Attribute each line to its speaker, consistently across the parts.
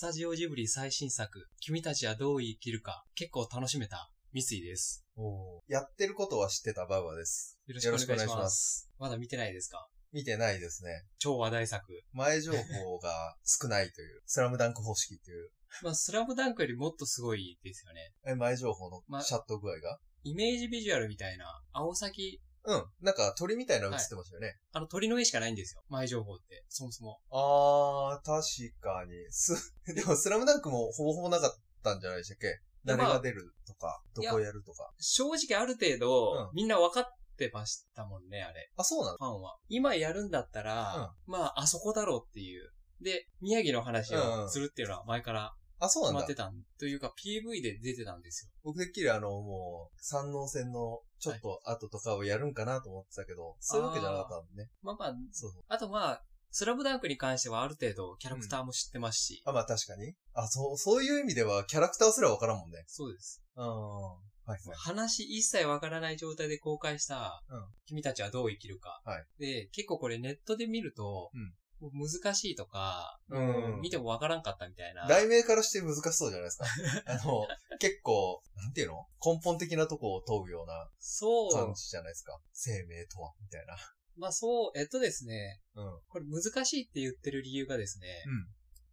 Speaker 1: タジオジブリ最新作、君たちはどう生きるか、結構楽しめた、三井です。
Speaker 2: おーやってることは知ってたバウアーです。
Speaker 1: よろしくお願いします。
Speaker 2: よろくお
Speaker 1: ま
Speaker 2: 願
Speaker 1: だ見てないですか
Speaker 2: 見てないですね。
Speaker 1: 超話題作。
Speaker 2: 前情報が少ない という、スラムダンク方式という、
Speaker 1: まあ、スラムダンクよりもっとすごいですよね。
Speaker 2: え、前情報
Speaker 1: ま
Speaker 2: のシャット具合が、
Speaker 1: イメージビジュアルみたいな、青崎、
Speaker 2: うん。なんか鳥みたいなの映ってましたよね。
Speaker 1: あの鳥の絵しかないんですよ。前情報って、そもそも。
Speaker 2: あー、確かに。す、 でもスラムダンクもほぼほぼなかったんじゃないでしたっけ
Speaker 1: や
Speaker 2: 誰が出るとか、ど
Speaker 1: いや
Speaker 2: こやるとか。
Speaker 1: 正直ある程度、
Speaker 2: うん
Speaker 1: みんな分かってましたもんね、あれ。
Speaker 2: あ、そうなの
Speaker 1: ファンは。今やるんだったら、まあ、あそこだろうっていう。で、宮城の話
Speaker 2: うんう
Speaker 1: を
Speaker 2: ん
Speaker 1: するっていうのは前から
Speaker 2: あ、そう
Speaker 1: 決
Speaker 2: な
Speaker 1: まっ
Speaker 2: んだ
Speaker 1: て。たん、というか PV で出てたんですよ。
Speaker 2: 僕てっきりあの、もう、三能戦のちょっと後とかをやるんかなと思ってたけど、そういうわけじゃなかったもんね。
Speaker 1: まあまあ、
Speaker 2: そうそう。
Speaker 1: あとまあ、スラムダンクに関してはある程度キャラクターも知ってますし、
Speaker 2: あ、まあ確かに。あ、そう、そういう意味ではキャラクターすらわからんもんね。
Speaker 1: そうです。
Speaker 2: うん。はいはい。
Speaker 1: 話一切わからない状態で公開した、
Speaker 2: うん
Speaker 1: 君たちはどう生きるか、
Speaker 2: はい
Speaker 1: で、結構これネットで見ると、難しいとか、
Speaker 2: うん
Speaker 1: 見てもわからんかったみたいな。
Speaker 2: 題名からして難しそうじゃないですか。 あの、結構、なんていうの根本的なとこを問うような
Speaker 1: そう
Speaker 2: 感。じじゃないですか。生命とは、みたいな。
Speaker 1: まあそう、えっとですね、
Speaker 2: うん。うん。
Speaker 1: これ難しいって言ってる理由がですね、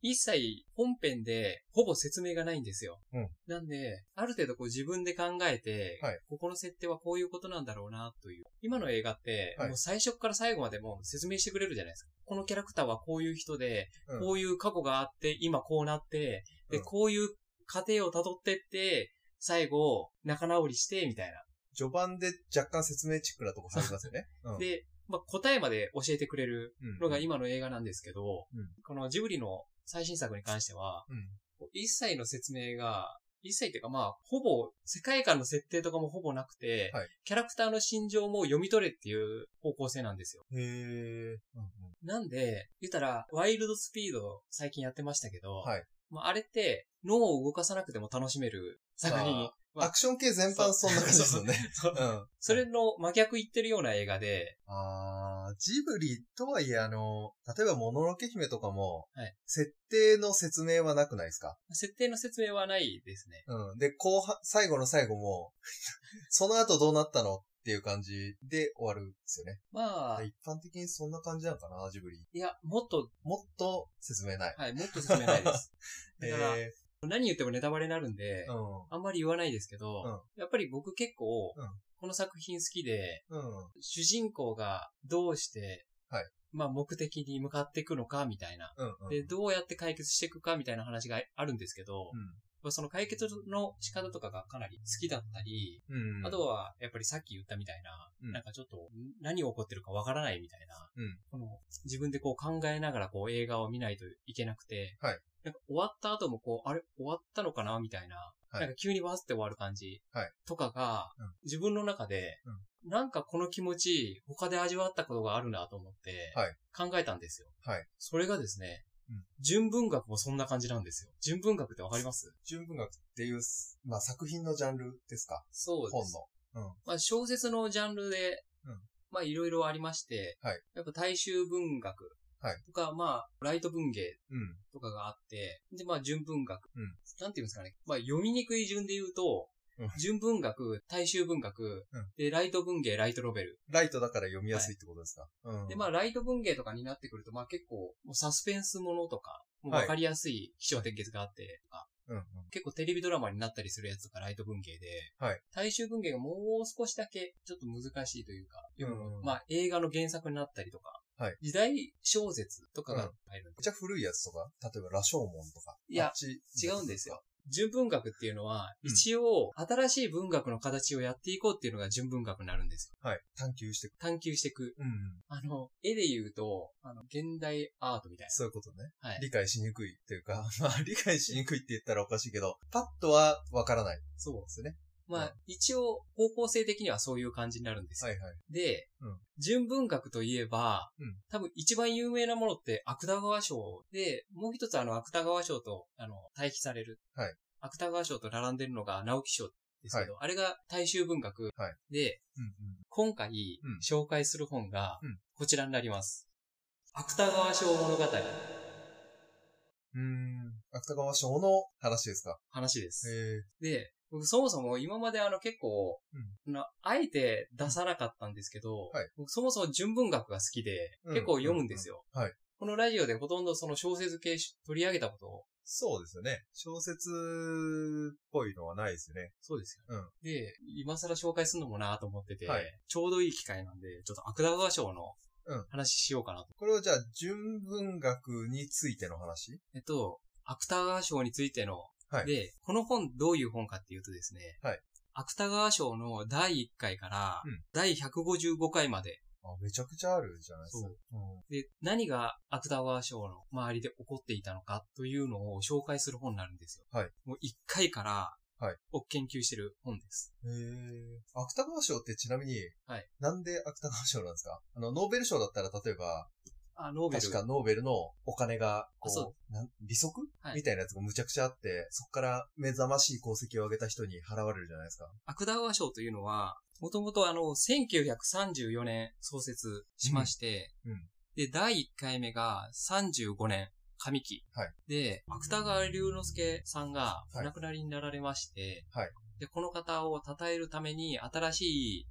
Speaker 1: 一切本編でほぼ説明がないんですよ。
Speaker 2: うん
Speaker 1: なんで、ある程度こう自分で考えて、
Speaker 2: はい
Speaker 1: ここの設定はこういうことなんだろうなという。今の映画って、
Speaker 2: はい
Speaker 1: もう最初から最後までもう説明してくれるじゃないですか。このキャラクターはこういう人で、
Speaker 2: うん
Speaker 1: こういう過去があって、今こうなって、で、
Speaker 2: うん
Speaker 1: こういう過程を辿ってって、最後、仲直りして、みたいな。
Speaker 2: 序盤で若干説明チックなとこされますよね。う ん。
Speaker 1: で、まあ、答えまで教えてくれる
Speaker 2: うん、
Speaker 1: のが今の映画なんですけど、
Speaker 2: うん
Speaker 1: このジブリの最新作に関しては、
Speaker 2: うん。
Speaker 1: 一切の説明が、一切っていうかまあ、ほぼ、世界観の設定とかもほぼなくて、
Speaker 2: はい
Speaker 1: キャラクターの心情も読み取れっていう方向性なんですよ。
Speaker 2: へえ。うんうん。
Speaker 1: なんで、言ったら、ワイルドスピード最近やってましたけど、
Speaker 2: はい
Speaker 1: まあ、あれって、脳を動かさなくても楽しめる作品ま
Speaker 2: あ。
Speaker 1: あ
Speaker 2: アクション系全般そんな感じですよね。
Speaker 1: そう
Speaker 2: うん。
Speaker 1: それの真逆言ってるような映画で、
Speaker 2: あー、ジブリとはいえあの、例えばもののけ姫とかも、
Speaker 1: はい
Speaker 2: 設定の説明はなくないですか
Speaker 1: 設定の説明はないですね。
Speaker 2: うん。で、後半、最後の最後も、 その後どうなったのっていう感じで終わるんですよね。
Speaker 1: まあ、い、
Speaker 2: 一般的にそんな感じなのかな、ジブリ。
Speaker 1: や、もっと、
Speaker 2: もっと説明ない。
Speaker 1: はい、もっと進めないです。 だから、
Speaker 2: え
Speaker 1: 何言ってもネタバレになるんで、
Speaker 2: ーう
Speaker 1: あんまり言わないですけど、やっぱり僕結構
Speaker 2: うん、
Speaker 1: この作品好きで、
Speaker 2: ん。うん。
Speaker 1: 主人公がどうして、
Speaker 2: はい
Speaker 1: まあ目的に向かっていくのかみたいな。
Speaker 2: うん。うん。
Speaker 1: で、どうやって解決していくかみたいな話があるんですけど、まあその解決の仕方とかがかなり好きだったり、
Speaker 2: うん。うん。
Speaker 1: あとは、やっぱりさっき言ったみたいな、
Speaker 2: うん
Speaker 1: なんかちょっと、ん何が起こってるかわからないみたいな、
Speaker 2: うん
Speaker 1: この自分でこう考えながらこう映画を見ないといけなくて、
Speaker 2: はい
Speaker 1: なんか終わった後もこう、あれ終わったのかなみたいな、
Speaker 2: はい
Speaker 1: なんか急にわーって終わる感じ
Speaker 2: はい
Speaker 1: とかが、
Speaker 2: うん
Speaker 1: 自分の中で、なんかこの気持ち、他で味わったことがあるなと思って
Speaker 2: はい、
Speaker 1: 考えたんですよ。
Speaker 2: はい
Speaker 1: それがですね、
Speaker 2: うん
Speaker 1: 純文学もそんな感じなんですよ。純文学ってわかります
Speaker 2: 純文学っていう、まあ、作品のジャンルですか
Speaker 1: そう
Speaker 2: 本の。
Speaker 1: まあ、小説のジャンルで、
Speaker 2: うん
Speaker 1: まあいろいろありまして、
Speaker 2: はい
Speaker 1: やっぱ大衆文学
Speaker 2: はい
Speaker 1: とか、まあライト文芸
Speaker 2: うん。
Speaker 1: とかがあって、でまあ純文学、
Speaker 2: うん
Speaker 1: なんていうんですかね、まあ読みにくい順で言うと、
Speaker 2: うん
Speaker 1: 純文学、大衆文学、
Speaker 2: うん
Speaker 1: で、ライト文芸、ライトロベル。
Speaker 2: ライトだから読みやすいってことですか、うん。
Speaker 1: で、まあ、ライト文芸とかになってくると、まあ結構、もうサスペンスものとか、もうわかりやすい気象点結があって、とか
Speaker 2: うんうん。
Speaker 1: 結構テレビドラマになったりするやつがライト文芸で、
Speaker 2: はい
Speaker 1: 大衆文芸がもう少しだけちょっと難しいというか、読むの
Speaker 2: うんうん
Speaker 1: まあ映画の原作になったりとか、
Speaker 2: はい
Speaker 1: 時代小説とかが入るんで
Speaker 2: めっちゃ古いやつとか例えば、羅生門とか。
Speaker 1: いや
Speaker 2: あっち
Speaker 1: 違うんですよ。純文学っていうのは、
Speaker 2: うん
Speaker 1: 一応、新しい文学の形をやっていこうっていうのが純文学になるんですよ。
Speaker 2: はい。探求していく。
Speaker 1: 探求していく。
Speaker 2: うんうん。
Speaker 1: あの、絵で言うと、あの、現代アートみたい
Speaker 2: そういうことね。
Speaker 1: な。はい。
Speaker 2: 理解しにくいというか、 まあ理解しにくいって言ったらおかしいけど、パッとはわからないで
Speaker 1: そ
Speaker 2: すね。
Speaker 1: う。まあ、一応、方向性的にはそういう感じになるんですよ。
Speaker 2: はいはい。
Speaker 1: で、
Speaker 2: うん
Speaker 1: 純文学といえば、
Speaker 2: うん
Speaker 1: 多分一番有名なものって芥川賞で、もう一つあの芥川賞と、あの、対比される。
Speaker 2: はい
Speaker 1: 芥川賞と並んでるのが直木賞ですけど、あれが大衆文学
Speaker 2: はい
Speaker 1: で、
Speaker 2: うん
Speaker 1: 今回
Speaker 2: うん
Speaker 1: 紹介する本が
Speaker 2: うん
Speaker 1: こちらになります。芥川賞物語。
Speaker 2: うん。芥川賞の話ですか
Speaker 1: 話です。
Speaker 2: え
Speaker 1: で、僕そもそも今まであの結構、なあえて出さなかったんですけど、
Speaker 2: はい
Speaker 1: 僕そもそも純文学が好きで、
Speaker 2: うん
Speaker 1: 結構読むんですよ。
Speaker 2: うんはい
Speaker 1: このラジオでほとんどその小説系し取り上げたこと、
Speaker 2: そうですよね。小説っぽいのはないですよね。
Speaker 1: そうです
Speaker 2: う
Speaker 1: よ、
Speaker 2: ん
Speaker 1: で、今更紹介するのもなと思ってて、
Speaker 2: はい
Speaker 1: ちょうどいい機会なんで、ちょっと芥川賞の
Speaker 2: うん
Speaker 1: 話しようかなと。
Speaker 2: これはじゃあ、純文学についての話
Speaker 1: えっと、芥川賞についての、
Speaker 2: はい
Speaker 1: で、この本どういう本かっていうとですね、
Speaker 2: はい
Speaker 1: 芥川賞の第1回から
Speaker 2: うん
Speaker 1: 第155回まで、
Speaker 2: あ、めちゃくちゃあるじゃないですか。うん
Speaker 1: で、何が芥川賞の周りで起こっていたのかというのを紹介する本になるんですよ。
Speaker 2: はい
Speaker 1: もう1回から、
Speaker 2: はい
Speaker 1: を研究してる本です。
Speaker 2: へえ。芥川賞ってちなみに、
Speaker 1: はい
Speaker 2: なんで芥川賞なんですかあの、ノーベル賞だったら例えば、
Speaker 1: あ、ノーベル。
Speaker 2: 確かノーベルのお金が、
Speaker 1: あそ
Speaker 2: こう、なん利息、
Speaker 1: はい
Speaker 2: みたいなやつがむちゃくちゃあって、そこから目覚ましい功績を上げた人に払われるじゃないですか。
Speaker 1: 芥川賞というのは、もともとあの、1934年創設しまして、
Speaker 2: うんうん
Speaker 1: で、第1回目が35年、上期。
Speaker 2: はい
Speaker 1: で、芥川龍之介さんが
Speaker 2: は
Speaker 1: お
Speaker 2: い
Speaker 1: 亡くなりになられまして、
Speaker 2: はい
Speaker 1: で、この方を称えるために新しい、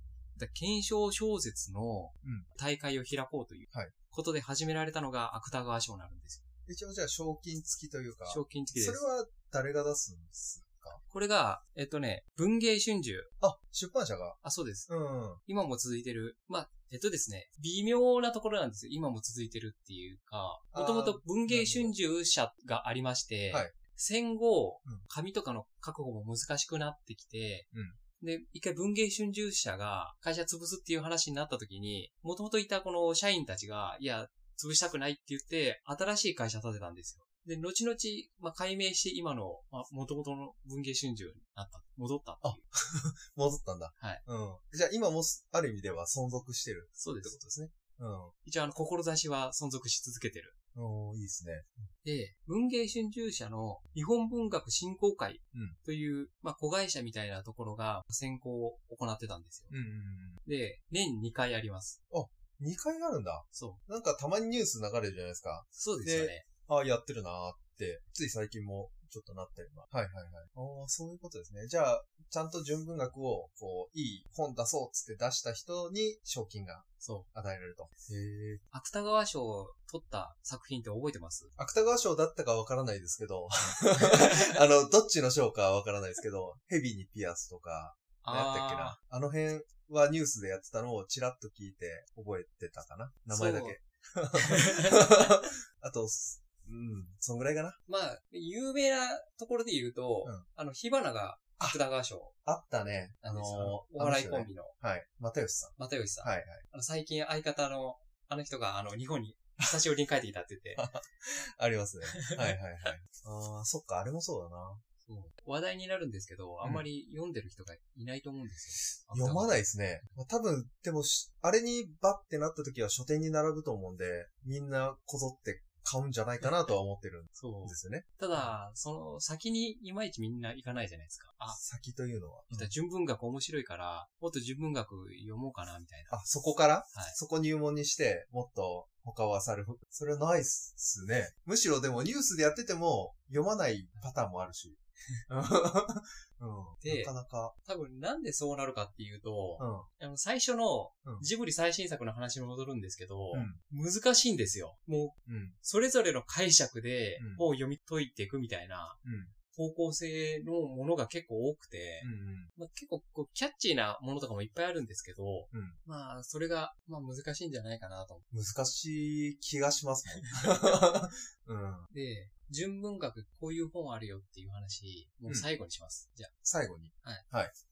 Speaker 1: 検証小説の
Speaker 2: うん
Speaker 1: 大会を開こうという
Speaker 2: はい
Speaker 1: ことで始められたのが芥川賞になるんですよ。
Speaker 2: 一応じゃあ賞金付きというか、
Speaker 1: 賞金付きで
Speaker 2: そ
Speaker 1: す。
Speaker 2: れは誰が出すんですか
Speaker 1: これが、えっとね、文芸春秋。
Speaker 2: あ、出版社が。
Speaker 1: あ、そうです。
Speaker 2: うん。
Speaker 1: 今も続いてる。まあ、えっとですね、微妙なところなんですよ。今も続いてるっていうか、
Speaker 2: あー
Speaker 1: もともと文芸春秋社がありまして、
Speaker 2: はい
Speaker 1: 戦後
Speaker 2: うん、
Speaker 1: 紙とかの確保も難しくなってきて、
Speaker 2: うん
Speaker 1: で、一回文芸春秋社が会社潰すっていう話になった時に、もともといたこの社員たちが、いや、潰したくないって言って、新しい会社建てたんですよ。で、後々、まあ、解明して今の、まあ、元々の文芸春秋になった、戻ったっていう。
Speaker 2: 戻ったんだ。
Speaker 1: はい。
Speaker 2: うん。じゃあ今もす、ある意味では存続してる
Speaker 1: そうで
Speaker 2: ってこ
Speaker 1: す。
Speaker 2: とですね。うん。
Speaker 1: 一応、あの、志は存続し続けてる。
Speaker 2: おーいいですね。
Speaker 1: で、文芸春秋社の日本文学振興会
Speaker 2: うん
Speaker 1: という、まあ、子会社みたいなところが選考を行ってたんですよ。
Speaker 2: うん
Speaker 1: で、年2回あります。
Speaker 2: うん。2回あるんだ。
Speaker 1: そう。
Speaker 2: なんかたまにニュース流れるじゃないですか。
Speaker 1: そうですよね。
Speaker 2: ああ、やってるなーって、つい最近もちょっとなったような。はいはいはい。ああ、そういうことですね。じゃあ、ちゃんと純文学を、こう、いい本出そうっつって出した人に賞金が
Speaker 1: そ
Speaker 2: 与えられると。へえ。
Speaker 1: う。芥川賞を取った作品って覚えてます
Speaker 2: 芥川賞だったかわからないですけど、あの、どっちの賞かわからないですけど、ヘビにピアスとか、何やったっけな。あの辺はニュースでやってたのをチラッと聞いて覚えてたかな。名前だけ。 あと、うん、そんぐらいかな。
Speaker 1: まあ、有名なところで言うと、
Speaker 2: うん
Speaker 1: あの、火花が芥川賞
Speaker 2: あったね。
Speaker 1: な
Speaker 2: あ
Speaker 1: ん
Speaker 2: の
Speaker 1: で
Speaker 2: ー
Speaker 1: すよ。あのお笑いコン
Speaker 2: ビ。
Speaker 1: ビの
Speaker 2: はい。又吉さ
Speaker 1: 又吉さん。
Speaker 2: ん。はいはい。
Speaker 1: あの最近相方の、あの人が、あの、日本に久しぶりに帰ってきたって言って、
Speaker 2: あ りますね。はいはいはい。ああ、そっか、あれもそうだな。
Speaker 1: そう話題になるんですけど、あんまり読んでる人がいないと思うんですよ。
Speaker 2: 読まない
Speaker 1: い
Speaker 2: ですね。まあ多分、でもし、あれにバッてなった時は書店に並ぶと思うんで、みんなこぞって買うんじゃないかなとは思ってるんで
Speaker 1: そう。
Speaker 2: すよね。
Speaker 1: ただ、その先にいまいちみんな行かないじゃないですか。あ、
Speaker 2: 先というのは。
Speaker 1: 実は純文学面白いから、もっと純文学読もうかな、みたいな。
Speaker 2: あ、そこから、
Speaker 1: い
Speaker 2: そこ入門にして、もっと他はさる。それはないっすね。むしろでもニュースでやってても読まないパターンもあ るし。うん。
Speaker 1: で
Speaker 2: なかなか。
Speaker 1: 多分なんでそうなるかっていうと
Speaker 2: う、ん。
Speaker 1: あの最初の
Speaker 2: うん
Speaker 1: ジブリ最新作の話に戻るんですけど、
Speaker 2: うん
Speaker 1: 難しいんですよ。もう、
Speaker 2: うん。
Speaker 1: それぞれの解釈で
Speaker 2: うん、
Speaker 1: もう読み解いていくみたいな
Speaker 2: うん。
Speaker 1: 方向性のものが結構多くて、
Speaker 2: うんうん。
Speaker 1: まあ、結構こうキャッチーなものとかもいっぱいあるんですけど、
Speaker 2: うん
Speaker 1: まあ、それが、まあ、難しいんじゃないかなと思
Speaker 2: 難しい気が しますもん。うん。
Speaker 1: って。で、純文学、こういう本あるよっていう話、もう最後にします。じゃあ。
Speaker 2: 最後に。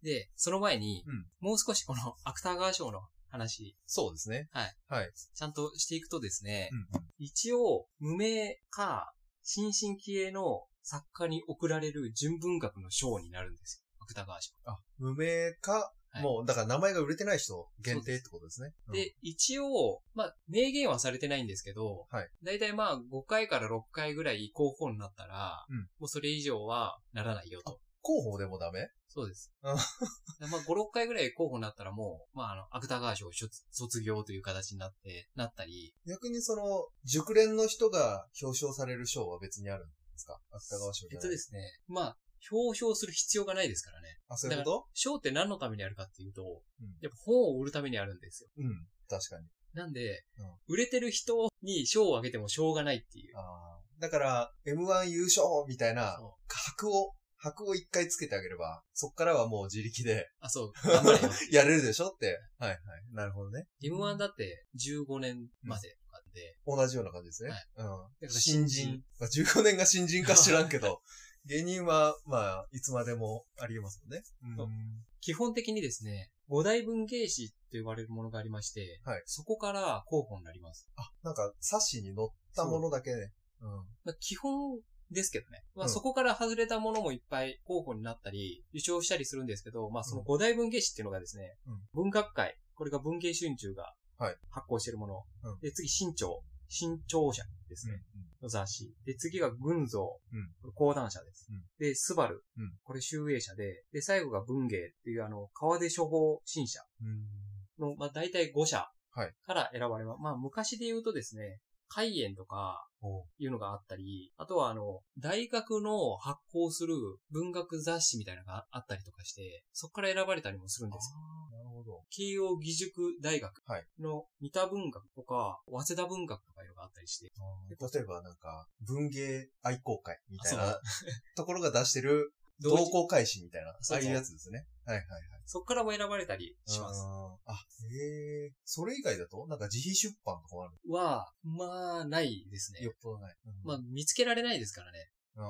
Speaker 1: で、その前に、
Speaker 2: うん
Speaker 1: もう少しこの芥川賞の話、
Speaker 2: そうですね。
Speaker 1: はい。
Speaker 2: はい。
Speaker 1: ちゃんとしていくとですね、
Speaker 2: うん。
Speaker 1: 一応、無名か、新進気鋭の作家に贈られる純文学の賞になるんですよ。芥川賞。
Speaker 2: あ、無名か、
Speaker 1: はい
Speaker 2: もう、だから名前が売れてない人限定ってことですね。
Speaker 1: で、一応、まあ、明言はされてないんですけど、
Speaker 2: はい
Speaker 1: だいたいまあ、5回から6回ぐらい候補になったら、
Speaker 2: うん
Speaker 1: もうそれ以上はならないよと。
Speaker 2: 候補でもダメ
Speaker 1: そうです。
Speaker 2: あ
Speaker 1: でまあ、5、6回ぐらい候補になったらもう、まあ、あの、芥川賞卒卒業という形になって、なったり、
Speaker 2: 逆にその、熟練の人が表彰される賞は別にあるんですか芥川賞じ
Speaker 1: えっ
Speaker 2: ゃ
Speaker 1: と
Speaker 2: ない。
Speaker 1: ですね。まあ、表彰する必要がないですからね。
Speaker 2: あ、そういうこ
Speaker 1: 賞って何のためにあるかっていうと、
Speaker 2: とうん
Speaker 1: やっぱ本を売るためにあるんですよ。
Speaker 2: うん。確かに。
Speaker 1: なんで、
Speaker 2: うん
Speaker 1: 売れてる人に賞をあげてもしょうがないっていう。
Speaker 2: あーだから、M1 優勝みたいな
Speaker 1: そ、
Speaker 2: 箔を、箔を一回つけてあげれば、そっからはもう自力で
Speaker 1: あ、そう、頑張れよ。
Speaker 2: やれるでしょって。はいはい。なるほどね。
Speaker 1: M1 だって15年までとかで、
Speaker 2: 同じような感じですね。
Speaker 1: はい
Speaker 2: うん。
Speaker 1: だから
Speaker 2: 新
Speaker 1: 新人
Speaker 2: 人。まあ、15年が新人か知らんけど、 芸人は、まあ、いつまでもありえますもんね。
Speaker 1: そう
Speaker 2: うん。
Speaker 1: 基本的にですね、五大文芸誌って呼ばれるものがありまして、
Speaker 2: はい
Speaker 1: そこから候補になります。
Speaker 2: あ、なんか、冊子に載ったものだけね。うん。
Speaker 1: まあ、基本ですけどね。まあ、
Speaker 2: うん
Speaker 1: そこから外れたものもいっぱい候補になったり、受賞したりするんですけど、まあ、その
Speaker 2: うん
Speaker 1: 五大文芸誌っていうのがですね、
Speaker 2: うん
Speaker 1: 文学界、これが文芸春秋が
Speaker 2: はい
Speaker 1: 発行しているもの。
Speaker 2: うん
Speaker 1: で、次、新潮、新潮社ですね。の雑誌。で、次が群像。
Speaker 2: うん
Speaker 1: これ講談社です。
Speaker 2: うん
Speaker 1: で、スバル。
Speaker 2: うん
Speaker 1: これ集英社で。で、最後が文芸っていうあの、川出処方新社
Speaker 2: うん。うん。
Speaker 1: の、まあ、大体5社
Speaker 2: はい
Speaker 1: から選ばれます。まあ、昔で言うとですね、海縁とか、
Speaker 2: おう
Speaker 1: いうのがあったり、あとはあの、大学の発行する文学雑誌みたいなのがあったりとかして、そこから選ばれたりもするんですよ
Speaker 2: あーなるほど。
Speaker 1: 慶応義塾大学
Speaker 2: はい
Speaker 1: の三田文学とか、早稲田文学とかいうのがあったりして、
Speaker 2: 例えばなんか、文芸愛好会みたい
Speaker 1: あそ
Speaker 2: な ところが出してる同
Speaker 1: 同時
Speaker 2: 好会誌みたいな、あ
Speaker 1: そうそう
Speaker 2: あいうやつですね。はいはいはい。
Speaker 1: そこからも選ばれたりします。
Speaker 2: あー。あ、へえ。それ以外だとなんか自費出版とかもある
Speaker 1: は、まあ、ないですね
Speaker 2: よ。っぽどない。うん
Speaker 1: まあ、見つけられないですからね。
Speaker 2: あ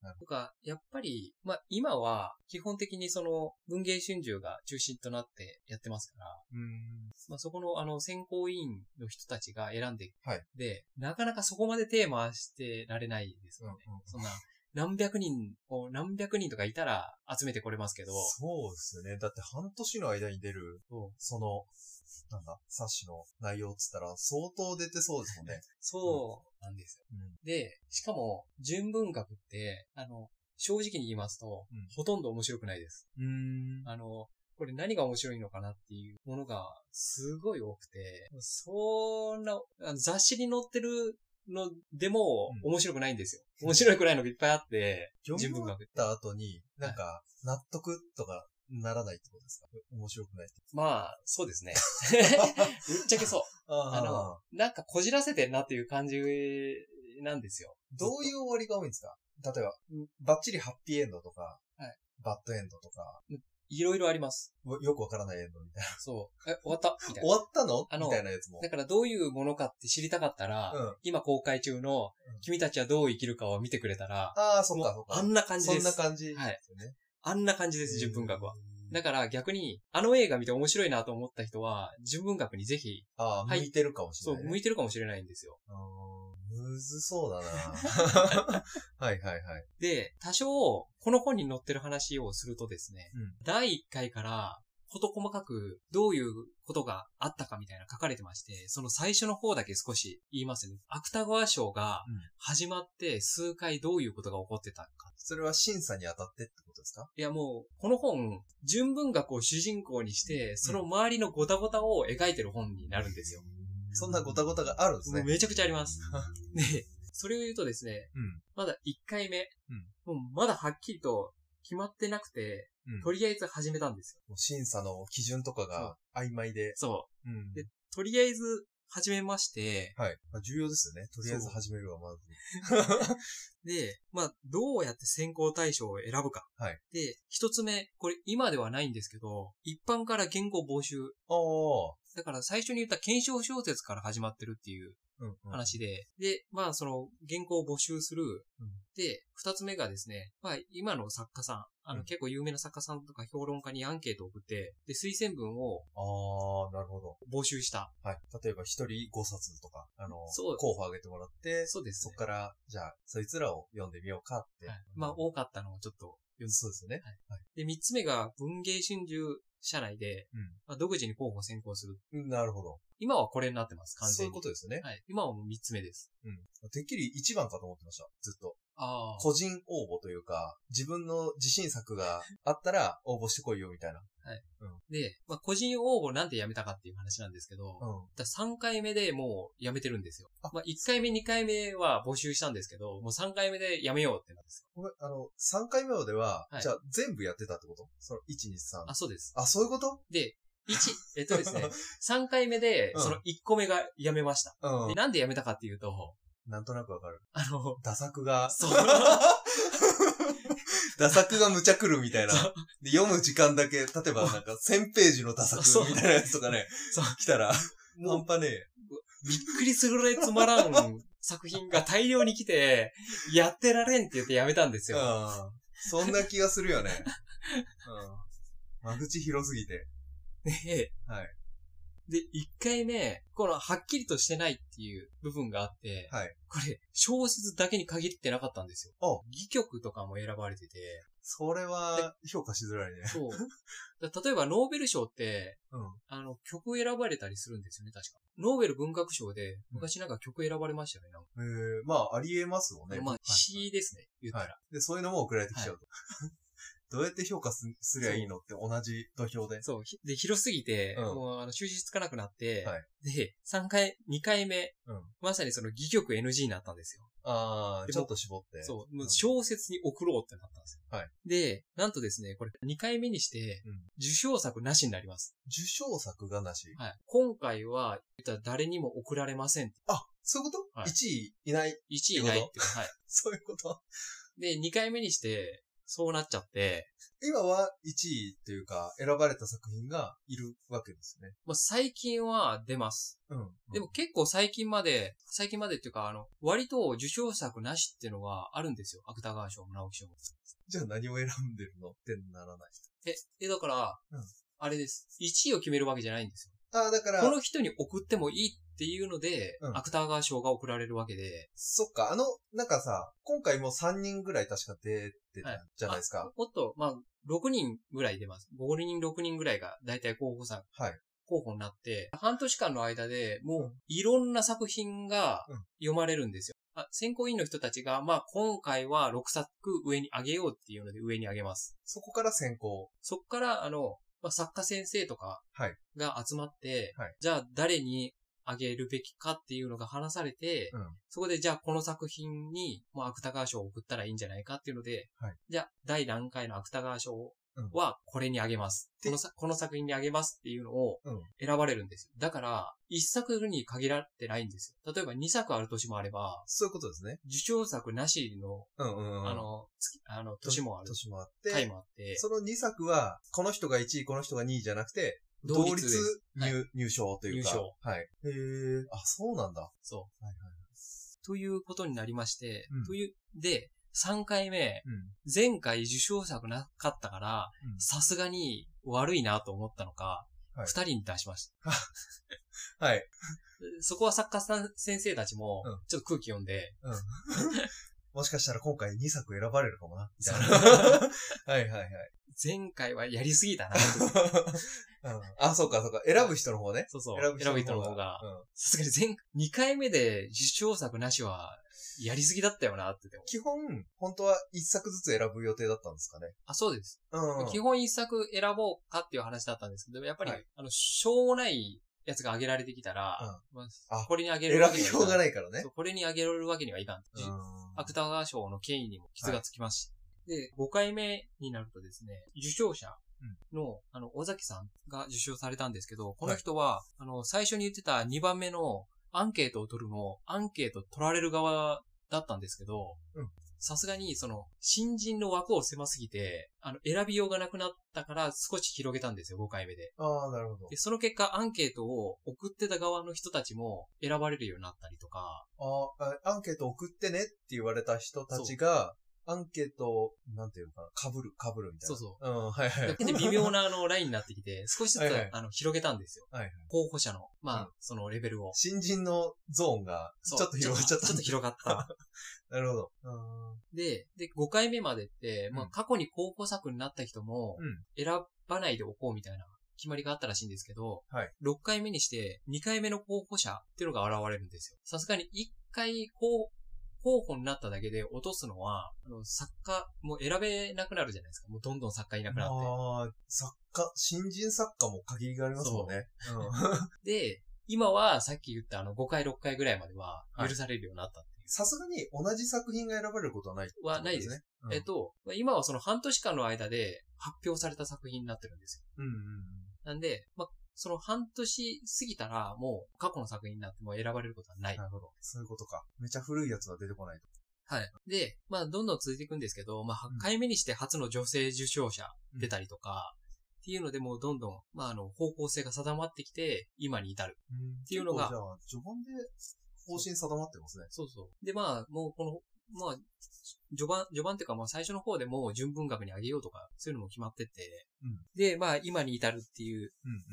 Speaker 2: ーなる
Speaker 1: とか、やっぱり、まあ、今は、基本的にその、文芸春秋が中心となってやってますから、
Speaker 2: ほど。うん。
Speaker 1: まあ、そこの、あの、選考委員の人たちが選んでいく
Speaker 2: はい
Speaker 1: で、なかなかそこまでテーマしてられないですよね。
Speaker 2: うんうん
Speaker 1: そんな、何百人を、何百人とかいたら集めてこれますけど、
Speaker 2: そうですよね。だって半年の間に出る、
Speaker 1: そう
Speaker 2: その、なんだ、冊子の内容っつったら相当出てそうですもんね。
Speaker 1: そうなんですよ。で、しかも、純文学って、あの、正直に言いますと、
Speaker 2: うん
Speaker 1: ほとんど面白くないです。
Speaker 2: うん。
Speaker 1: あの、これ何が面白いのかなっていうものがすごい多くて、そんな、あの雑誌に載ってるのでも
Speaker 2: うん
Speaker 1: 面白くないんですよ。面白いくらいのがいっぱいあって、
Speaker 2: 読
Speaker 1: 純
Speaker 2: み
Speaker 1: 文
Speaker 2: 終わっ
Speaker 1: 学。
Speaker 2: た後に、なんか、納得とかならないってことですか面白くないって。
Speaker 1: まあ、そうです ね。ぶっちゃけそう。あの、なんかこじらせてんなっていう感じなんですよ。
Speaker 2: どういう終わりが多いんですか例えば
Speaker 1: うん、
Speaker 2: バッチリハッピーエンドとか、
Speaker 1: はい
Speaker 2: バッドエンドとか、
Speaker 1: いろいろあります。
Speaker 2: わよくわからないエンドみたいな。
Speaker 1: そう。え、終わったみたい
Speaker 2: 終
Speaker 1: な。
Speaker 2: わったの
Speaker 1: あの
Speaker 2: みたいなやつも。
Speaker 1: だからどういうものかって知りたかったら、
Speaker 2: うん
Speaker 1: 今公開中の
Speaker 2: うん
Speaker 1: 君たちはどう生きるかを見てくれたら、
Speaker 2: ああ、そっかそ
Speaker 1: も
Speaker 2: っ
Speaker 1: うあ
Speaker 2: か。
Speaker 1: んな感じ
Speaker 2: そ
Speaker 1: で
Speaker 2: ん
Speaker 1: す。
Speaker 2: な感じですよね。
Speaker 1: あんな感じです、純文学は。
Speaker 2: うん。
Speaker 1: だから逆に、あの映画見て面白いなと思った人は、純文学にぜひ、
Speaker 2: ああ、
Speaker 1: はい
Speaker 2: 向いてるかもし
Speaker 1: そ
Speaker 2: れな
Speaker 1: う、
Speaker 2: い、ね。
Speaker 1: 向いてるかもしれないんですよ。
Speaker 2: あーむずそ うだなはいはいはい。
Speaker 1: で、多少、この本に載ってる話をするとですね、
Speaker 2: うん
Speaker 1: 第1回から、こと細かく、どういうことがあったかみたいな書かれてまして、その最初の方だけ少し言いますね。芥川賞が
Speaker 2: うん
Speaker 1: 始まって数回どういうことが起こってたか。
Speaker 2: それは審査に当たってってことですか
Speaker 1: いやもう、この本、純文学を主人公にして、その周りのゴタゴタを描いてる本になるんですよ。
Speaker 2: そんなごたごたがあるんです
Speaker 1: も
Speaker 2: ね
Speaker 1: う。めちゃくちゃあります。 で、それを言うとですね、
Speaker 2: うん。
Speaker 1: まだ1回目、もうまだはっきりと決まってなくて、
Speaker 2: うん
Speaker 1: とりあえず始めたんですよ。
Speaker 2: もう審査の基準とかが曖昧で。
Speaker 1: そ
Speaker 2: うん
Speaker 1: でう。とりあえず始めまして、
Speaker 2: はい。まあ重要ですよね。とりあえず始めるはまず。
Speaker 1: で、まあ、どうやって選考対象を選ぶか。
Speaker 2: はい
Speaker 1: で、一つ目、これ今ではないんですけど、一般から原稿募集。
Speaker 2: おー。
Speaker 1: だから最初に言った検証小説から始まってるっていう
Speaker 2: うん、うん。
Speaker 1: 話で、で、まあその原稿を募集する。
Speaker 2: うん
Speaker 1: で、二つ目がですね、まあ今の作家さん、あ
Speaker 2: う
Speaker 1: の
Speaker 2: ん
Speaker 1: 結構有名な作家さんとか評論家にアンケートを送って、で、推薦文を
Speaker 2: あー、なるほど。
Speaker 1: 募集した。
Speaker 2: はい。例えば一人5冊とか、あの、
Speaker 1: そう
Speaker 2: 候補挙げてもらって、
Speaker 1: そうです
Speaker 2: そっ
Speaker 1: ね。
Speaker 2: から、じゃあ、そいつらを読んでみようかって。
Speaker 1: はい、まあ
Speaker 2: お
Speaker 1: 多かったのをちょっと。
Speaker 2: そうですよね。
Speaker 1: で、三つ目が文芸春秋社内で、
Speaker 2: うん
Speaker 1: まあ、独自に候補選考する。
Speaker 2: うんなるほど。
Speaker 1: 今はこれになってます、完
Speaker 2: そう
Speaker 1: 全
Speaker 2: い
Speaker 1: に。
Speaker 2: うことですよね。
Speaker 1: はい。今はもう三つ目です。
Speaker 2: うん。てっきり1番かと思ってました。ずっと。
Speaker 1: ああ。
Speaker 2: 個人応募というか、自分の自信作があったら応募してこいよみたいな。
Speaker 1: で、まあ、個人応募なんてやめたかっていう話なんですけど、
Speaker 2: うん。
Speaker 1: だ3回目でもうやめてるんですよ。
Speaker 2: あ
Speaker 1: まあ、1回目、2回目は募集したんですけど、もう3回目でやめようってなんですよ。
Speaker 2: これ、あの、3回目までは、
Speaker 1: はい
Speaker 2: じゃあ全部やってたってことその、1、2、3
Speaker 1: あ、。そうです。
Speaker 2: あ、そういうこと
Speaker 1: で、1、えっ とですね、3回目で、
Speaker 2: うん
Speaker 1: その1個目がやめました。
Speaker 2: う
Speaker 1: で、
Speaker 2: ん。
Speaker 1: なんでやめたかっていうと、
Speaker 2: なんとなくわかる。
Speaker 1: あの、
Speaker 2: 打作が、
Speaker 1: そう。
Speaker 2: 打作がむちゃくるみたいな。で、読む時間だけ、例えばなんか1000ページの打
Speaker 1: そう
Speaker 2: 作みたいなやつとかね
Speaker 1: そう、
Speaker 2: 来たら、
Speaker 1: もう
Speaker 2: 半端ねえ。
Speaker 1: びっくりするぐらいつまらん作品が大量に来て、やってられんって言ってやめたんですよ。
Speaker 2: うん。そんな気がするよね。うん。間口広すぎて。
Speaker 1: で、
Speaker 2: はい
Speaker 1: で、1回目、このはっきりとしてないっていう部分があって、
Speaker 2: はい
Speaker 1: これ、小説だけに限ってなかったんです
Speaker 2: あ
Speaker 1: よ。戯曲とかも選ばれてて、
Speaker 2: それは、評価しづらいね。
Speaker 1: そう。 だ例えば、ノーベル賞って、
Speaker 2: うん。
Speaker 1: あの、曲選ばれたりするんですよね、確か。ノーベル文学賞で、昔なんか曲選ばれましたよね、なんか
Speaker 2: えー、まあ、ありえますもんね。
Speaker 1: まあ
Speaker 2: は、い
Speaker 1: 詩ですね、言ったら。
Speaker 2: で、そういうのも送られてきちゃうと。 どうやって評価すすりゃいいのって同じ土俵で。
Speaker 1: そう。ひで、広すぎて、
Speaker 2: うん
Speaker 1: もう、あの、収拾つかなくなって、
Speaker 2: はい
Speaker 1: で、3回、2回目、
Speaker 2: うん
Speaker 1: まさにその、戯曲 NG になったんですよ。
Speaker 2: ああ、
Speaker 1: で
Speaker 2: ちょっと絞って。
Speaker 1: そう。もう
Speaker 2: うん
Speaker 1: 小説に送ろうってなったんですよ。
Speaker 2: はい
Speaker 1: で、なんとですね、これ、2回目にして
Speaker 2: うん、
Speaker 1: 受賞作なしになります。
Speaker 2: 受賞作がなし。
Speaker 1: はい。今回は、言ったら誰にも送られません。
Speaker 2: あ、そういうこと、
Speaker 1: はい
Speaker 2: ?1 位いない。
Speaker 1: 1位ないっていう。はい。
Speaker 2: そういうこと。
Speaker 1: で、2回目にして、そうなっちゃって、
Speaker 2: 今は1位というか、選ばれた作品がいるわけですね。
Speaker 1: まあ、最近は出ます。
Speaker 2: うん。
Speaker 1: でも、結構最近まで、最近までっていうか、あの、割と受賞作なしっていうのがあるんですよ。芥川賞も直木賞も。
Speaker 2: じゃあ何を選んでるのってならない。
Speaker 1: え、え、だから、
Speaker 2: うん
Speaker 1: あれです。1位を決めるわけじゃないんです
Speaker 2: ああ、だから
Speaker 1: よ。こ、の人に送ってもいいっていうので、
Speaker 2: うん
Speaker 1: 芥川賞が送られるわけで、
Speaker 2: そっか、あの、なんかさ、今回も3人ぐらい確か出てたじゃないですか。
Speaker 1: もっと、まあ、6人ぐらい出ます。5人、6人ぐらいが大体候補さん、
Speaker 2: はい
Speaker 1: 候補になって、半年間の間でもういろんな作品が
Speaker 2: うん
Speaker 1: 読まれるんですよ。あ選考委員の人たちが、まあ、今回は6作上に上げようっていうので上に上げます。
Speaker 2: そこから先行。
Speaker 1: そっから、あの、まあ、作家先生とか
Speaker 2: はい
Speaker 1: が集まって、
Speaker 2: はい
Speaker 1: じゃあ誰にあげるべきかっていうのが話されて、
Speaker 2: うん
Speaker 1: そこでじゃあこの作品に、まあ、芥川賞を送ったらいいんじゃないかっていうので、
Speaker 2: はい
Speaker 1: じゃあ第何回の芥川賞はこれにあげます。
Speaker 2: で
Speaker 1: このさこの作品にあげますっていうのを
Speaker 2: うん
Speaker 1: 選ばれるんですよ。だから、一作に限られてないんですよ。例えば二作ある年もあれば、
Speaker 2: そういうことですね。
Speaker 1: 受賞作なしの、
Speaker 2: うんうん、うん。
Speaker 1: あ、の、月あの、年もある。
Speaker 2: 年もあっ
Speaker 1: 回
Speaker 2: て、
Speaker 1: もあって、
Speaker 2: その2作は、この人が1位、この人が2位じゃなくて、同率
Speaker 1: です
Speaker 2: 入,、入賞というか。
Speaker 1: 入賞
Speaker 2: はい。へえ。あ、そうなんだ。
Speaker 1: そう。
Speaker 2: はいはい
Speaker 1: ということになりまして、
Speaker 2: うん
Speaker 1: という、で、3回目、前回受賞作なかったから、
Speaker 2: うん
Speaker 1: さすがに悪いなと思ったのか、
Speaker 2: はい
Speaker 1: 2人に出しました。
Speaker 2: うん。はい。
Speaker 1: そこは作家さん、先生たちも
Speaker 2: うん、
Speaker 1: ちょっと空気読んで、
Speaker 2: もしかしたら今回2作選ばれるかもな。みたいな。 はいはいはい。
Speaker 1: 前回はやりすぎたなと。
Speaker 2: うんあ、そうかそうか。選ぶ人の方ね。
Speaker 1: そうそう。選ぶ人の方が、
Speaker 2: うん
Speaker 1: さすがに前、2回目で受賞作なしは、やりすぎだったよなってでも。
Speaker 2: 基本、本当は1作ずつ選ぶ予定だったんですかね。
Speaker 1: あ、そうです。
Speaker 2: うん。
Speaker 1: 基本一作選ぼうかっていう話だったんですけど、やっぱり、
Speaker 2: はい
Speaker 1: あの、しょうもないやつが上げられてきたら、まあ
Speaker 2: あ
Speaker 1: これにあげ
Speaker 2: 選
Speaker 1: る
Speaker 2: び
Speaker 1: わけにはい
Speaker 2: よう
Speaker 1: か
Speaker 2: が
Speaker 1: ん。
Speaker 2: ないからね
Speaker 1: そ。うこれにあげるわけにはいかん。
Speaker 2: うん
Speaker 1: 芥川賞の権威にも傷がつきますし。で、5回目になるとですね、受賞者の、あの、尾崎さんが受賞されたんですけど、この人は、あの、最初に言ってた2番目のアンケートを取るも、アンケート取られる側だったんですけど
Speaker 2: うん、
Speaker 1: さすがに、その、新人の枠を狭すぎて、あの、選びようがなくなったから少し広げたんですよ、5回目で。
Speaker 2: ああ、なるほど
Speaker 1: で、。その結果、アンケートを送ってた側の人たちも選ばれるようになったりとか、
Speaker 2: あーあ、アンケート送ってねって言われた人たちが、アンケートを、なんていうのかな、被る、被るみたい
Speaker 1: そ
Speaker 2: な。。
Speaker 1: うそう
Speaker 2: うん、はいはい。
Speaker 1: で、微妙なあのラインになってき て、少しずつ
Speaker 2: はいはい
Speaker 1: あの広げたんですよ
Speaker 2: はいはい。
Speaker 1: 候補者の、ま
Speaker 2: うん
Speaker 1: あ、そのレベルを。
Speaker 2: 新人のゾーンが、
Speaker 1: そう
Speaker 2: ちょっと広がっちゃった。
Speaker 1: ちょっと広が った。
Speaker 2: なるほど。うん
Speaker 1: で、で、5回目までって、まあ、
Speaker 2: うん
Speaker 1: 過去に候補作になった人も
Speaker 2: うん、
Speaker 1: 選ばないでおこうみたいな決まりがあったらしいんですけど、
Speaker 2: はい
Speaker 1: 6回目にして、2回目の候補者っていうのが現れるんですよ。さすがに1回候候補になっただけで落とすのは、あの作家もう選べなくなるじゃないですか。もうどんどん作家いなくなっ
Speaker 2: ああ、作家、新人作家も限りがありますもん ね。
Speaker 1: て。で、今はさっき言ったあの5回6回ぐらいまでは
Speaker 2: はい
Speaker 1: 許されるようになったっていう。
Speaker 2: さすがに同じ作品が選ばれることはないってこと、
Speaker 1: はないです
Speaker 2: ね。
Speaker 1: えっと、まあ今はその半年間の間で発表された作品になってるんです
Speaker 2: うんうん
Speaker 1: よ。なんで、まあ、その半年過ぎたらもう過去の作品になってもう選ばれることはな
Speaker 2: う
Speaker 1: い
Speaker 2: ん。な。るほど。そういうことか。めちゃ古いやつは出てこないと。
Speaker 1: はい。で、まあ、どんどん続いていくんですけど、まあ、
Speaker 2: うん
Speaker 1: 8回目にして初の女性受賞者
Speaker 2: うん
Speaker 1: 出たりとか、っていうのでもうどんどん、まあ、あの、方向性が定まってきて、今に至る。
Speaker 2: って
Speaker 1: いうのが
Speaker 2: じゃあ、序盤で方針定まってますね。
Speaker 1: そうそう。で、まあ、もうこの、まあ、序盤、序盤っていうか、まあ、最初の方でもう純文学にあげようとか、そういうのも決まってて、
Speaker 2: うん
Speaker 1: で、まあ、今に至るっていう
Speaker 2: うん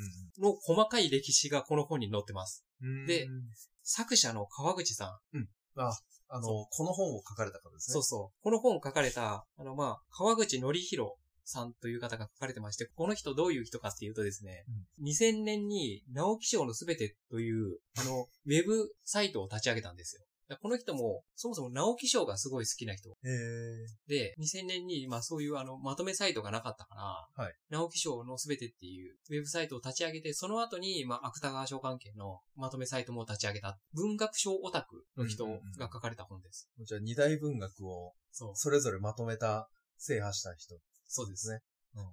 Speaker 1: の細かい歴史がこの本に載ってます。
Speaker 2: うんうん。
Speaker 1: で
Speaker 2: うん、
Speaker 1: 作者の川口さん。
Speaker 2: あの、
Speaker 1: そ
Speaker 2: この本を書かれた方ですね。
Speaker 1: そうそう。この本を書かれた、あの、まあ、川口則弘さんという方が書かれてまして、この人どういう人かっていうとですね、2000年に直木賞のすべてという、あの、ウェブサイトを立ち上げたんですよ。だからこの人も、そもそも直木賞がすごい好きな人
Speaker 2: へえ
Speaker 1: で、2000年に、まあそういうあの、まとめサイトがなかったから、
Speaker 2: はい
Speaker 1: 直木賞のすべてっていうウェブサイトを立ち上げて、その後に、まあ芥川賞関係のまとめサイトも立ち上げた、文学賞オタクの人が書かれた本です。
Speaker 2: じゃあ、二大文学を
Speaker 1: そう。
Speaker 2: それぞれまとめた、制覇した人。
Speaker 1: そうですね。
Speaker 2: うん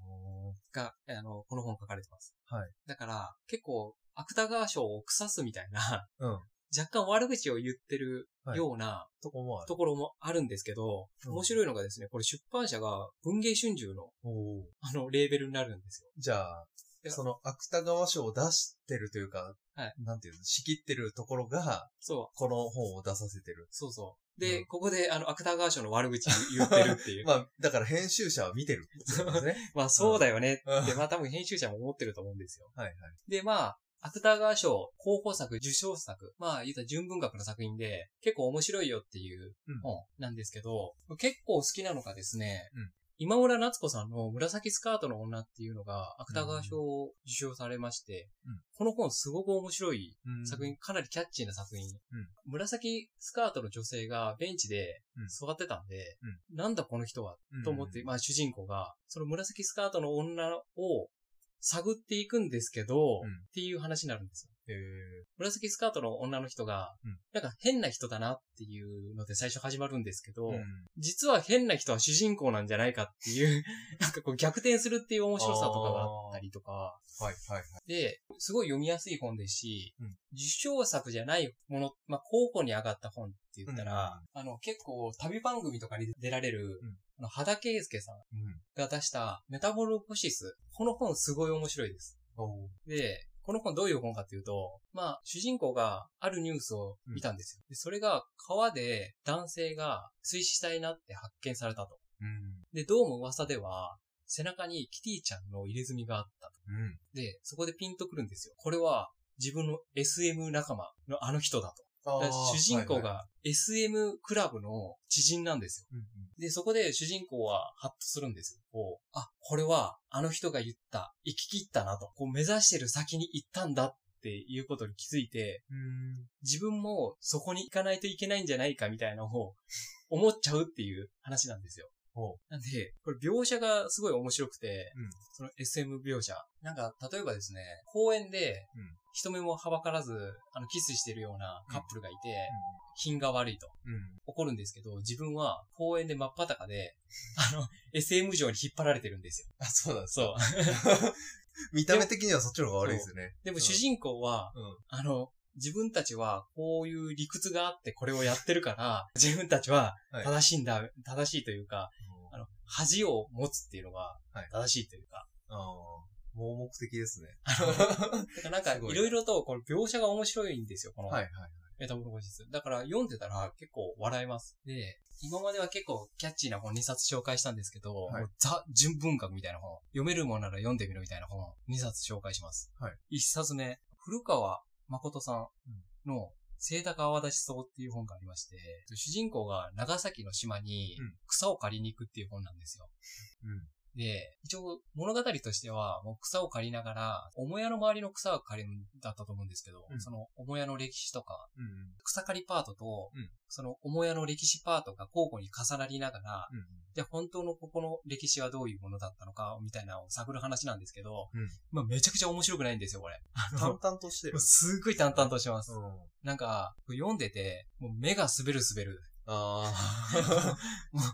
Speaker 1: が、あの、この本書かれてます。
Speaker 2: はい。
Speaker 1: だから、結構、芥川賞を腐すみたいな、
Speaker 2: うん。
Speaker 1: 若干悪口を言ってるような
Speaker 2: とこもある。
Speaker 1: ところもあるんですけど、
Speaker 2: うん
Speaker 1: 面白いのがですね、これ出版社が文芸春秋の、
Speaker 2: おー
Speaker 1: あの、レーベルになるんですよ。
Speaker 2: じゃあ、
Speaker 1: いや
Speaker 2: その芥川賞を出してるというか、
Speaker 1: はい
Speaker 2: なんていうの、仕切ってるところが、
Speaker 1: そう、
Speaker 2: この本を出させてる。
Speaker 1: そうそう。で、
Speaker 2: うん
Speaker 1: ここで、あの、芥川賞の悪口言ってるって いう。ま
Speaker 2: まあ、だから編集者は見てるってことですね。
Speaker 1: あ、 そうだよね
Speaker 2: うん
Speaker 1: って、まあ多分編集者も思ってると思うんですよ。
Speaker 2: はいはい。
Speaker 1: で、まあ、芥川賞、候補作、受賞作、まあ、言ったら純文学の作品で、結構面白いよっていう
Speaker 2: うん
Speaker 1: 本なんですけど、結構好きなのがですね、
Speaker 2: うん
Speaker 1: 今村夏子さんの紫スカートの女っていうのが芥川賞を受賞されまして、
Speaker 2: うん
Speaker 1: この本すごく面白い
Speaker 2: うん
Speaker 1: 作品、かなりキャッチーな作品。紫スカートの女性がベンチで
Speaker 2: うん
Speaker 1: 座ってたんで、なんだこの人はと思って、
Speaker 2: うん
Speaker 1: まあ主人公が、その紫スカートの女を探っていくんですけど、
Speaker 2: うん
Speaker 1: っていう話になるんですよ。
Speaker 2: えー
Speaker 1: 紫スカートの女の人が、
Speaker 2: うん
Speaker 1: なんか変な人だなっていうので最初始まるんですけど、
Speaker 2: うん
Speaker 1: 実は変な人は主人公なんじゃないかっていう、 なんかこう逆転するっていう面白さとかがあったりとか、
Speaker 2: はいはいはい。
Speaker 1: で、すごい読みやすい本ですし、
Speaker 2: うん
Speaker 1: 受賞作じゃないもの、まあ、候補に上がった本って言ったら、あの、結構旅番組とかに出られる、
Speaker 2: うん
Speaker 1: あの、羽田圭介さん
Speaker 2: うん。
Speaker 1: が出したメタボルポシス。この本すごい面白いです。
Speaker 2: おー
Speaker 1: で、この本どういう本かっていうと、まあ、主人公があるニュースを見たんですよ。でそれが川で男性が水死体になって発見されたと。
Speaker 2: うん。
Speaker 1: で、どうも噂では、背中にキティちゃんの入れ墨があったと。
Speaker 2: うん。
Speaker 1: で、そこでピンとくるんですよ。これは自分の SM 仲間のあの人だと。
Speaker 2: あ
Speaker 1: だ
Speaker 2: ー
Speaker 1: から主人公
Speaker 2: はいはい
Speaker 1: が SM クラブの知人なんですよ。
Speaker 2: うんうん
Speaker 1: で、そこで主人公はハッとするんですよ。こう、あ、これはあの人が言った、行き切ったなと、こう目指してる先に行ったんだっていうことに気づいて、自分もそこに行かないといけないんじゃないかみたいなのを思っちゃうっていう話なんですよ。
Speaker 2: ほ
Speaker 1: なんで、これ描写がすごい面白くて、
Speaker 2: うん
Speaker 1: その SM 描写。なんか、例えばですね、公園で
Speaker 2: うん、
Speaker 1: 人目もはばからず、あの、キスしてるようなカップルがいて、品が悪いと。
Speaker 2: うん。うん。
Speaker 1: 怒るんですけど、自分は公園で真っ裸 で、あの、SM 城に引っ張られてるんです
Speaker 2: あ、そうなんで
Speaker 1: よ。
Speaker 2: す。
Speaker 1: そう。
Speaker 2: 見た目的にはそっちの方が悪いですよね。
Speaker 1: でも主人公は、
Speaker 2: うん。
Speaker 1: あの、自分たちはこういう理屈があってこれをやってるから、自分たちは
Speaker 2: はい
Speaker 1: 正しいんだ、正しいというか、あの、恥を持つっていうのが
Speaker 2: はい
Speaker 1: 正しいというか、
Speaker 2: ああ、盲目的ですね。
Speaker 1: だからなん
Speaker 2: す
Speaker 1: か
Speaker 2: ご
Speaker 1: い
Speaker 2: いな
Speaker 1: ろいろとこの描写が面白いんですよ、この
Speaker 2: はいはい。
Speaker 1: メタボロゴシス。だから読んでたら結構笑えます。で、今までは結構キャッチーな本2冊紹介したんですけど、
Speaker 2: はい
Speaker 1: もうザ・純文学みたいな本、読めるもんなら読んでみろみたいな本2冊紹介します。
Speaker 2: は
Speaker 1: 1冊目、古川誠さんの聖高泡立ちそうっていう本がありまして、主人公が長崎の島に
Speaker 2: うん
Speaker 1: 草を借りに行くっていう本なんですよ。
Speaker 2: うん。
Speaker 1: で、一応物語としては、もう草を刈りながら、母屋の周りの草を刈りだったと思うんですけど、
Speaker 2: うん
Speaker 1: その母屋の歴史とか、
Speaker 2: うん。
Speaker 1: 草刈りパートと、
Speaker 2: うん
Speaker 1: その母屋の歴史パートが交互に重なりながら、
Speaker 2: うん。
Speaker 1: じゃあ本当のここの歴史はどういうものだったのか、みたいなのを探る話なんですけど、
Speaker 2: うん
Speaker 1: まあめちゃくちゃ面白くないんですよ、これ。
Speaker 2: 淡々としてる
Speaker 1: もう。すっごい淡々としてます。
Speaker 2: ん。
Speaker 1: なんか、読んでて、もう目が滑る滑る。
Speaker 2: ああ。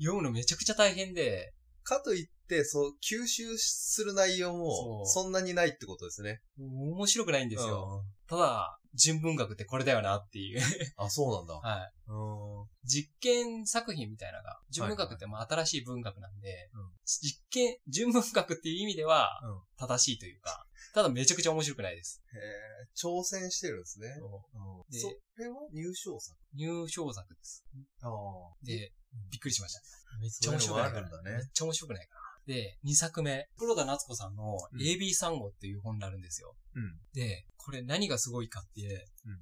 Speaker 1: 読むのめちゃくちゃ大変で、
Speaker 2: かといって、そう、吸収する内容も、
Speaker 1: そ
Speaker 2: そんなにないってことですね。
Speaker 1: 面白くないんですよ。
Speaker 2: よ。
Speaker 1: ただ、純文学ってこれだよなっていう。
Speaker 2: あ、そうなんだ。
Speaker 1: はい。
Speaker 2: うん。
Speaker 1: 実験作品みたいなのが、純文学ってまあ新しい文学なんで、
Speaker 2: うん
Speaker 1: 実験、純文学っていう意味では
Speaker 2: うん、
Speaker 1: 正しいというか、ただめちゃくちゃ面白くないです。
Speaker 2: へえ、挑戦してるんですね。
Speaker 1: そうで
Speaker 2: それは入賞作。
Speaker 1: 入賞作です。
Speaker 2: ああ。
Speaker 1: で、びっくりしました。めっち
Speaker 2: そ
Speaker 1: ゃ
Speaker 2: ういう
Speaker 1: 面白
Speaker 2: の
Speaker 1: く
Speaker 2: も
Speaker 1: な
Speaker 2: あ
Speaker 1: いか
Speaker 2: る
Speaker 1: ら
Speaker 2: ん。だ
Speaker 1: めっ
Speaker 2: ね。
Speaker 1: ちゃ面白くないかな。で、2作目、黒田夏子さんの
Speaker 2: うん
Speaker 1: AB 3号っていう本があるんですよ。
Speaker 2: うん。
Speaker 1: で、これ何がすごいかって、
Speaker 2: うん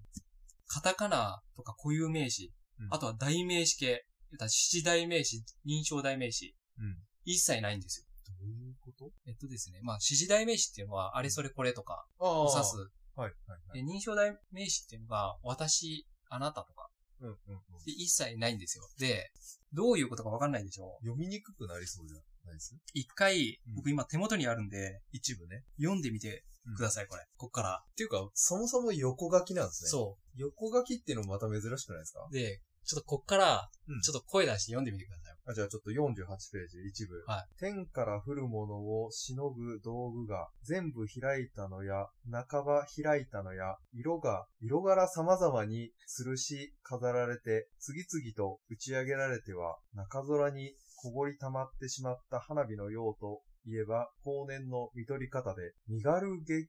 Speaker 1: カタカナとか固有名詞、
Speaker 2: うん
Speaker 1: あとは代名詞系、言ったら七代名詞、認証代名詞、
Speaker 2: うん
Speaker 1: 一切ないんですよ。
Speaker 2: どういうこと
Speaker 1: えっとですね、まあ、指示代名詞っていうのは、あれそれこれとか、
Speaker 2: あ
Speaker 1: を
Speaker 2: あ。
Speaker 1: 指す。
Speaker 2: はい、はい、は
Speaker 1: で
Speaker 2: い。
Speaker 1: 認証代名詞っていうのが、私、あなたとか、
Speaker 2: うん、うん、うん。
Speaker 1: で一切ないんですよ。で、どういうことかわかんないでしょう
Speaker 2: 読みにくくなりそうじゃないです
Speaker 1: 一回
Speaker 2: うん、
Speaker 1: 僕今手元にあるんで、
Speaker 2: 一部ね。
Speaker 1: 読んでみてくだ
Speaker 2: さ
Speaker 1: さい、
Speaker 2: い。
Speaker 1: これ。こっから。
Speaker 2: っていうか、そもそも横書きなんですね。う。
Speaker 1: そ
Speaker 2: 横書きっていうのもまた珍しくないですか
Speaker 1: う。で、ちょっとこっから
Speaker 2: うん、
Speaker 1: ちょっと声出して読んでみてください。
Speaker 2: あじゃあちょっと48ページ、一部。
Speaker 1: は
Speaker 2: 天から降るものを忍ぶ道具が、全部開いたのや、半ば開いたのや、色が、色柄様々に吊るし、飾られて、次々と打ち上げられては、中空にこぼり溜まってしまった花火のようといえば、後年の見取り方で、身軽げに、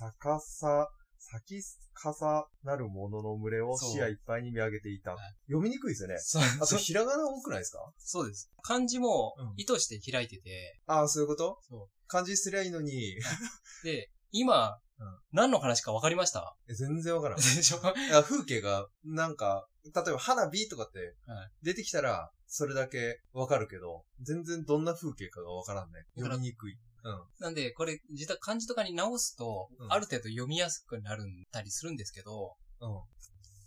Speaker 2: 逆さ、先かさなるものの群れを視野いっぱいに見上げていた
Speaker 1: そうはい。
Speaker 2: 読みにくいですよね。
Speaker 1: そう
Speaker 2: あと、ひらがな多くないですか
Speaker 1: そうです。漢字も
Speaker 2: うん
Speaker 1: 意図して開いてて、
Speaker 2: ああ、そういうこと
Speaker 1: そ
Speaker 2: 漢字すりゃいいのに。
Speaker 1: で、今、
Speaker 2: うん
Speaker 1: 何の話か分かりました
Speaker 2: え 全然わからん
Speaker 1: で。しょ
Speaker 2: あ風景が、なんか、例えば花火とかって
Speaker 1: はい、
Speaker 2: 出てきたら、それだけわかるけど、全然どんな風景かがわからんね。
Speaker 1: わから
Speaker 2: 読
Speaker 1: ん
Speaker 2: みにくい。うん。
Speaker 1: なんで、これ、実は漢字とかに直すと、
Speaker 2: うん
Speaker 1: ある程度読みやすくなるんだりするんですけど、
Speaker 2: うん。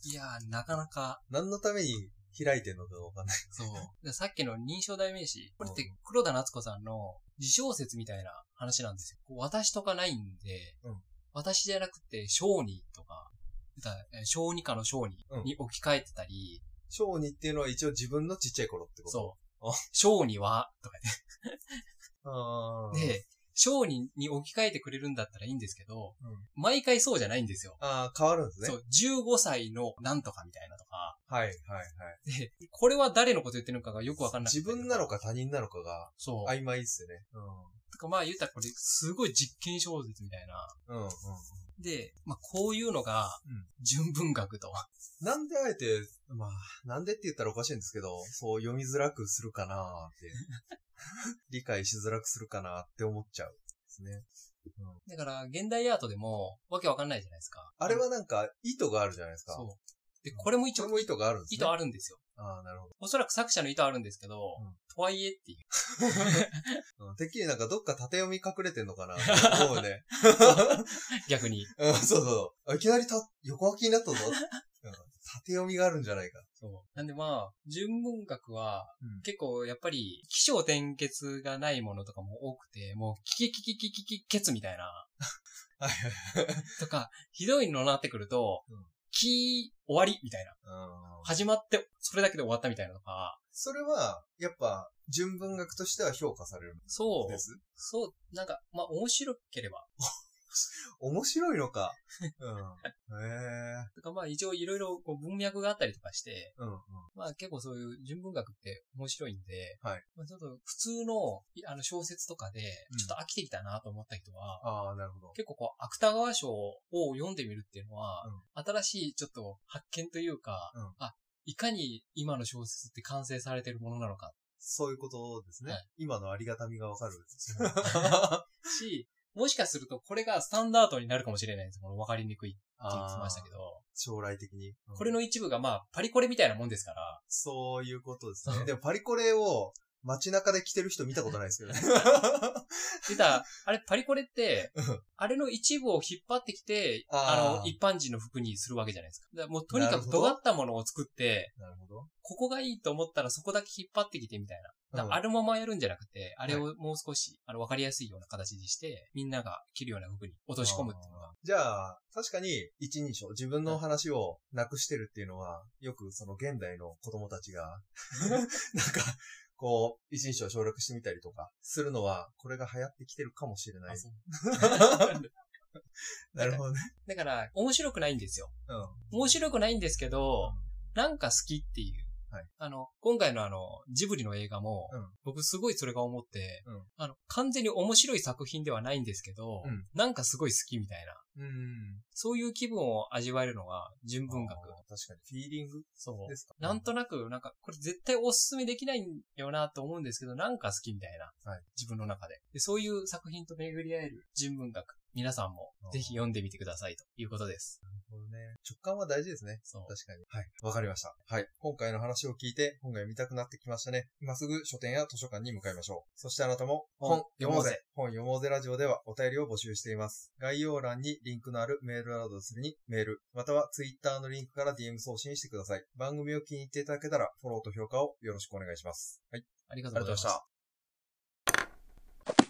Speaker 1: いやー、なかなか、
Speaker 2: 何のために開いてんのかが わかんない。
Speaker 1: そう。でさっきの認証代名詞、これっ
Speaker 2: う
Speaker 1: て黒田夏子さんの自小説みたいな話なんですよ。こう私とかないんで、
Speaker 2: うん
Speaker 1: 私じゃなくて、小児とか、だえ小児科の小児に置き換えてたり、
Speaker 2: 小児っていうのは一応自分のちっちゃい頃ってこと
Speaker 1: そう
Speaker 2: あ。
Speaker 1: 小児は、とか
Speaker 2: う。あー、
Speaker 1: で、小にに置き換えてくれるんだったらいいんですけど、
Speaker 2: うん
Speaker 1: 毎回そうじゃないんですよ。
Speaker 2: あー変わるんですね。
Speaker 1: そう、15歳のなんとかみたいなとか、
Speaker 2: はい、はい、はい。
Speaker 1: で、これは誰のこと言ってるのかがよくわかんなくて。
Speaker 2: 自分なのか他人なのかが
Speaker 1: そう。
Speaker 2: 曖昧ですよね。
Speaker 1: とかまあ言ったらこれすごい実験小説みたいな。
Speaker 2: うん。うん、うん。
Speaker 1: で、まあこういうのが
Speaker 2: うん、
Speaker 1: 純文学と。
Speaker 2: なんであえて、まあ、なんでって言ったらおかしいんですけど、そう読みづらくするかなーって。 理解しづらくするかなーって思っちゃうですね。
Speaker 1: だから現代アートでもわけわかんないじゃないですか。
Speaker 2: あれはなんか意図があるじゃないですか。う。
Speaker 1: そう。で、これも一
Speaker 2: それ
Speaker 1: 応
Speaker 2: も意図があるんです
Speaker 1: 意
Speaker 2: ね。
Speaker 1: 図
Speaker 2: あ
Speaker 1: あるんですよ。
Speaker 2: あー、なるほ
Speaker 1: おそらく作者の意図あるんですけど、
Speaker 2: うん
Speaker 1: とはいえっていう。
Speaker 2: ど。うんてっきりなんかどっか縦読み隠れてんのかなと思うね。
Speaker 1: 逆に。
Speaker 2: うん、 そうそうそうあいきなりた横書きになったぞ。うん縦読みがあるんじゃないか。
Speaker 1: そう。なんでまあ、純文学は
Speaker 2: うん、
Speaker 1: 結構やっぱり、起承転結がないものとかも多くて、もう、キキキキキキキケツみたいな、
Speaker 2: はいはいはい。
Speaker 1: とか、ひどいのになってくると
Speaker 2: うん、
Speaker 1: キー終わりみたいな。
Speaker 2: うん
Speaker 1: 始まって、それだけで終わったみたいなのとか、
Speaker 2: それは、やっぱ、純文学としては評価されるん
Speaker 1: そ
Speaker 2: で
Speaker 1: う、
Speaker 2: す。
Speaker 1: そう、なんか、まあ面白ければ、
Speaker 2: 面白いのか。うん。へえ。
Speaker 1: とかまあ一応いろいろこう文脈があったりとかして、
Speaker 2: うんうん。
Speaker 1: まあ結構そういう純文学って面白いんで、
Speaker 2: はい
Speaker 1: まあちょっと普通のいあの小説とかで
Speaker 2: うん、
Speaker 1: ちょっと飽きてきたなと思った人は、
Speaker 2: ああ、なるほど。
Speaker 1: 結構こう、芥川賞を読んでみるっていうのは、新しいちょっと発見というか、
Speaker 2: うん
Speaker 1: あ、いかに今の小説って完成されてるものなのか
Speaker 2: そういうことですね。
Speaker 1: は
Speaker 2: 今のありがたみがわかる。
Speaker 1: し、 もしかするとこれがスタンダードになるかもしれないです。この分かりにくいって言ってましたけど、
Speaker 2: 将来的に。
Speaker 1: これの一部がまあ、パリコレみたいなもんですから、
Speaker 2: そういうことです
Speaker 1: う
Speaker 2: ね。
Speaker 1: ん
Speaker 2: でもパリコレを街中で着てる人見たことないですけ どね。
Speaker 1: 出た、あれ、パリコレって、あれの一部を引っ張ってきて、
Speaker 2: あー
Speaker 1: あの、一般人の服にするわけじゃないですか。だからもうとにか
Speaker 2: なる
Speaker 1: く
Speaker 2: ほど
Speaker 1: 尖ったものを作って、
Speaker 2: なるほど。
Speaker 1: ここがいいと思ったらそこだけ引っ張ってきてみたいな。だから
Speaker 2: あ
Speaker 1: あるままやるんじゃなくて、あれをもう少し、あの、わかりやすいような形にして、みんなが着るような服に落とし込むっていうのが。
Speaker 2: じゃあ、確かに一人称、自分の話をなくしてるっていうのは、よくその現代の子供たち が、なんか、こう、一人称を省略してみたりとか、するのは、これが流行ってきてるかもしれない。なるほどね。
Speaker 1: だから、面白くないんですよ。
Speaker 2: うん。
Speaker 1: 面白くないんですけど、
Speaker 2: うん
Speaker 1: なんか好きっていう。
Speaker 2: はい
Speaker 1: あの、今回のあの、ジブリの映画も、
Speaker 2: うん
Speaker 1: 僕すごいそれが思って、
Speaker 2: うん
Speaker 1: あの、完全に面白い作品ではないんですけど、
Speaker 2: うん
Speaker 1: なんかすごい好きみたいな。
Speaker 2: うん。
Speaker 1: そういう気分を味わえるのが、純文学
Speaker 2: あ。ー確かに、フィーリング
Speaker 1: そ
Speaker 2: ですか
Speaker 1: う。なんとなく、なんか、これ絶対おすすめできないよなと思うんですけど、なんか好きみたいな。
Speaker 2: はい
Speaker 1: 自分の中でで。そういう作品と巡り合える純文学。皆さんも
Speaker 2: あー
Speaker 1: ぜひ読んでみてくださいということです。
Speaker 2: なるほどね直感は大事ですね。
Speaker 1: そう。
Speaker 2: 確かに。はい。わかりました。はい。今回の話を聞いて、本が読みたくなってきましたね。今すぐ書店や図書館に向かいましょう。そしてあなたも、
Speaker 1: 本
Speaker 2: 本読
Speaker 1: 読も
Speaker 2: もう
Speaker 1: うぜ
Speaker 2: ぜ。本読もうぜラジオではお便りを募集しています。概要欄にリンクのあるメールアドレスにメール、またはツイッターのリンクから DM 送信してください。番組を気に入っていただけたら、フォローと評価をよろしくお願いします。はい。
Speaker 1: あり
Speaker 2: あ
Speaker 1: が
Speaker 2: り
Speaker 1: と
Speaker 2: が
Speaker 1: うご
Speaker 2: とうご
Speaker 1: ざ
Speaker 2: ざ
Speaker 1: いま
Speaker 2: いま
Speaker 1: し
Speaker 2: したた。。